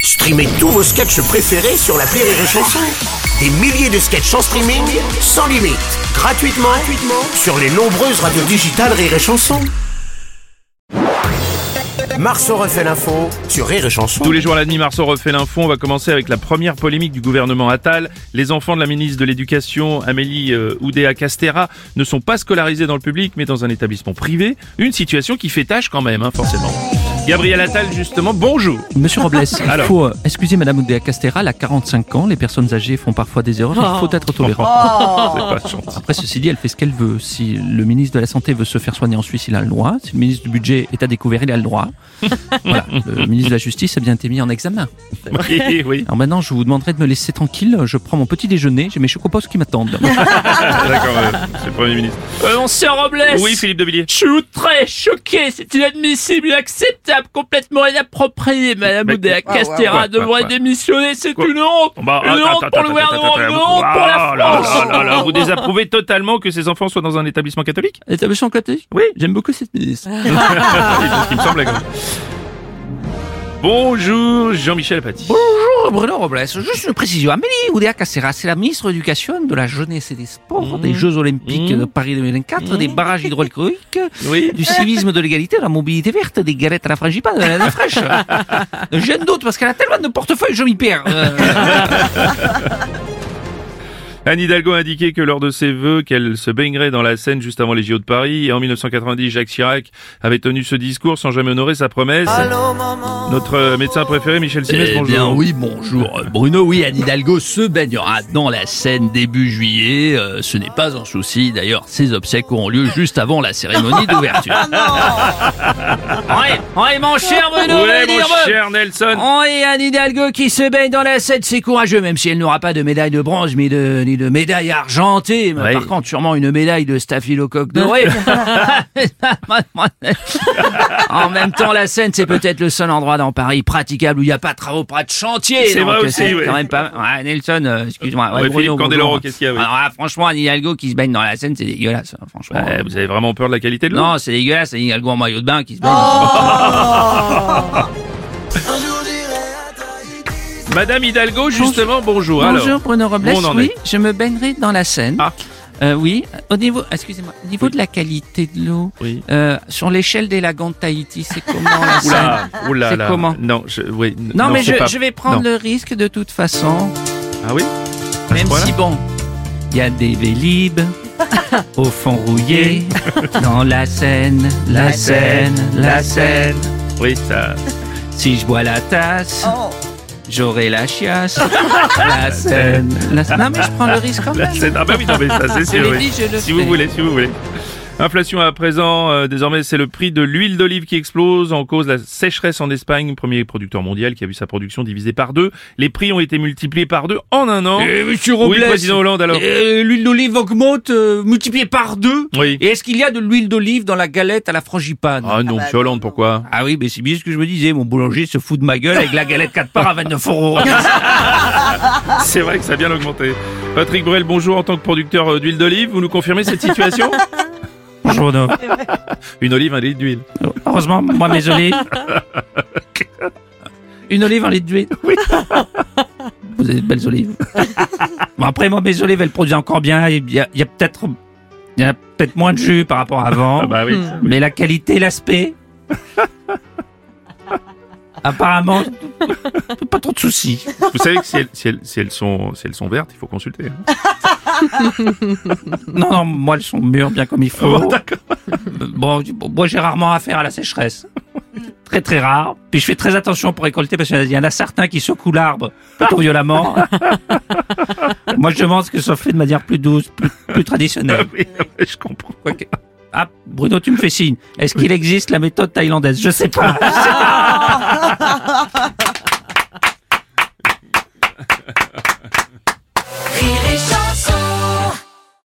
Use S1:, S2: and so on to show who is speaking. S1: Streamez tous vos sketchs préférés sur la Rire et Chanson. Des milliers de sketchs en streaming, sans limite, gratuitement, gratuitement sur les nombreuses radios digitales Rire et Chanson. Marceau refait l'info sur Rire et Chanson.
S2: Tous les jours à la nuit, Marceau refait l'info. On va commencer avec la première polémique du gouvernement Attal. Les enfants de la ministre de l'Éducation, Amélie euh, Oudéa-Castera, ne sont pas scolarisés dans le public, mais dans un établissement privé. Une situation qui fait tâche quand même, hein, forcément. Gabriel Attal, justement, bonjour.
S3: Monsieur Robles, il
S2: Alors.
S3: faut euh, excuser Madame Oudéa Castéral, à 45 ans, les personnes âgées font parfois des erreurs, il faut être tolérant.
S4: Oh.
S2: C'est pas gentil.
S3: Après, ceci dit, elle fait ce qu'elle veut. Si le ministre de la Santé veut se faire soigner en Suisse, il a le droit. Si le ministre du Budget est à découvert, il a le droit. voilà. Le ministre de la Justice a bien été mis en examen.
S2: Oui, oui.
S3: Alors maintenant, je vous demanderai de me laisser tranquille. Je prends mon petit déjeuner, j'ai mes chocopos qui m'attendent.
S2: Ah, D'accord, euh, c'est le Premier ministre.
S4: Euh, Monsieur Robles
S2: Oui, Philippe de Villiers.
S4: Je suis outré, choqué, c'est inadmissible, inacceptable, complètement inapproprié, Madame
S2: Mais- Ah,
S4: Oudéa
S2: ouais, ouais,
S4: Castéra devrait
S2: ouais.
S4: démissionner, c'est
S2: Quoi
S4: une honte
S2: Bah,
S4: Une
S2: attends,
S4: honte pour le
S2: attends, attends,
S4: gouvernement,
S2: attends,
S4: une
S2: attends.
S4: honte pour
S2: Ah là
S4: la France
S2: là là là, Vous désapprouvez totalement que ces enfants soient dans un établissement catholique
S3: Établissement catholique
S2: Oui.
S3: J'aime beaucoup cette ministre.
S4: Ah.
S2: C'est ce qui me semblait quand même. Bonjour Jean-Michel Paty.
S3: Bonjour Bruno Robles, juste une précision. Amélie Oudéa Castéra, c'est la ministre de l'Éducation, de la Jeunesse et des Sports, des Jeux Olympiques
S2: Mmh.
S3: de Paris 2024, des barrages hydroalcooliques,
S2: Oui.
S3: du civisme, de l'égalité, de la mobilité verte, des galettes à la frangipane, de la laine fraîche. J'ai un doute parce qu'elle a tellement de portefeuilles, je m'y perds. Euh,
S2: Anne Hidalgo a indiqué que lors de ses vœux qu'elle se baignerait dans la Seine juste avant les JO de Paris et en 1990 Jacques Chirac avait tenu ce discours sans jamais honorer sa promesse. Notre euh, médecin préféré Michel Simès,
S5: Eh
S2: bonjour.
S5: bien oui, bonjour euh, Bruno, oui, Anne Hidalgo se baignera dans la Seine début juillet, Euh, ce n'est pas un souci, d'ailleurs ses obsèques auront lieu juste avant la cérémonie d'ouverture.
S2: Ah
S4: Ouais, ouais, mon cher Bruno,
S2: Ouais,
S4: Valdirbe.
S2: mon cher Nelson.
S4: Oh, et Anne Hidalgo qui se baigne dans la Seine, c'est courageux, même si elle n'aura pas de médaille de bronze, mais de, ni de médaille argentée. Mais
S2: Ouais.
S4: Par contre, sûrement une médaille de staphylocoque doré. en même temps, la Seine, c'est peut-être le seul endroit dans Paris praticable où il n'y a pas de travaux, pas de chantier.
S2: C'est
S4: Donc, euh,
S2: vrai aussi,
S4: c'est
S2: ouais.
S4: quand même pas... ouais, Nelson, euh, excuse-moi.
S2: Ouais,
S4: Bruno,
S2: Philippe
S4: bonjour.
S2: Candeloro, qu'est-ce qu'il y a, oui.
S4: Alors, ah, franchement, Anne Hidalgo qui se baigne dans la Seine, c'est dégueulasse, hein, franchement.
S2: Ouais, vous Oh, avez vraiment peur de la qualité de l'eau
S4: Non, c'est dégueulasse, Anne Hidalgo en maillot de bain qui se baigne.
S2: Madame Hidalgo, justement, bonjour.
S3: Bonjour
S2: Alors,
S3: Bruno Robles,
S2: où on en
S3: oui,
S2: est
S3: je me baignerai dans la Seine.
S2: Ah.
S3: Euh, oui, au niveau, excusez-moi, au niveau de la qualité de l'eau,
S2: Oui.
S3: euh, sur l'échelle des lagons de Tahiti, c'est comment la Seine
S2: oula, oula,
S3: C'est
S2: là.
S3: comment
S2: Non, je, oui, n-
S3: Non, mais
S2: c'est
S3: je,
S2: pas-
S3: je vais prendre
S2: non.
S3: le risque de toute façon.
S2: Ah oui. À ce
S3: Même
S2: point-là
S3: si bon, il y a des vélib au fond rouillé dans la Seine, la Seine, la Seine.
S2: Oui, ça.
S3: Si je bois la tasse, j'aurai la chiasse. La Seine, la Seine. Non mais je prends le risque quand
S2: La
S3: même.
S2: scène. Ah bah oui, non, mais ça, c'est
S3: Je
S2: sûr.
S3: l'ai
S2: oui.
S3: dit, je le
S2: Si vous
S3: fais.
S2: voulez, si vous voulez. Inflation à présent, euh, désormais c'est le prix de l'huile d'olive qui explose en cause de la sécheresse en Espagne, premier producteur mondial qui a vu sa production divisée par deux. Les prix ont été multipliés par deux en un an.
S4: Eh, monsieur
S2: oui, président Hollande alors.
S4: Euh, l'huile d'olive augmente, euh, multipliée par deux.
S2: Oui.
S4: Et est-ce qu'il y a de l'huile d'olive dans la galette à la frangipane
S2: Ah non, monsieur Hollande, pourquoi
S4: Ah oui, mais c'est bien ce que je me disais. Mon boulanger se fout de ma gueule avec la galette 4 parts à 29 euros.
S2: C'est vrai que ça a bien augmenté. Patrick Bruel, bonjour en tant que producteur euh, d'huile d'olive, vous nous confirmez cette situation
S3: Bonjour Bruno.
S2: Une olive, un litre d'huile.
S3: Heureusement, moi mes olives. Une olive en litre d'huile. Oui. Vous avez de belles olives. Bon, après, moi mes olives, elles produisent encore bien. Il y a, il y a peut-être il y a peut-être moins de jus par rapport à avant.
S2: Ah bah oui.
S3: Mais la qualité, l'aspect. Apparemment, pas trop de soucis.
S2: Vous savez que si elles, si elles- si elles sont, si elles sont vertes, il faut consulter. hein.
S3: Non, non, moi, elles sont mûres bien comme il faut.
S2: Bon, d'accord.
S3: Euh, Bon, bon, moi j'ai rarement affaire à la sécheresse. Très très rare. Puis je fais très attention pour récolter parce qu'il y en a certains qui secouent l'arbre plutôt violemment. moi je demande ce que ça fait de manière plus douce, plus, plus
S2: Ah
S3: traditionnelle.
S2: oui, ah ouais, je comprends.
S3: Quoique- Ah, Bruno, tu me fais signe. Est-ce qu'il existe la méthode thaïlandaise Je sais pas.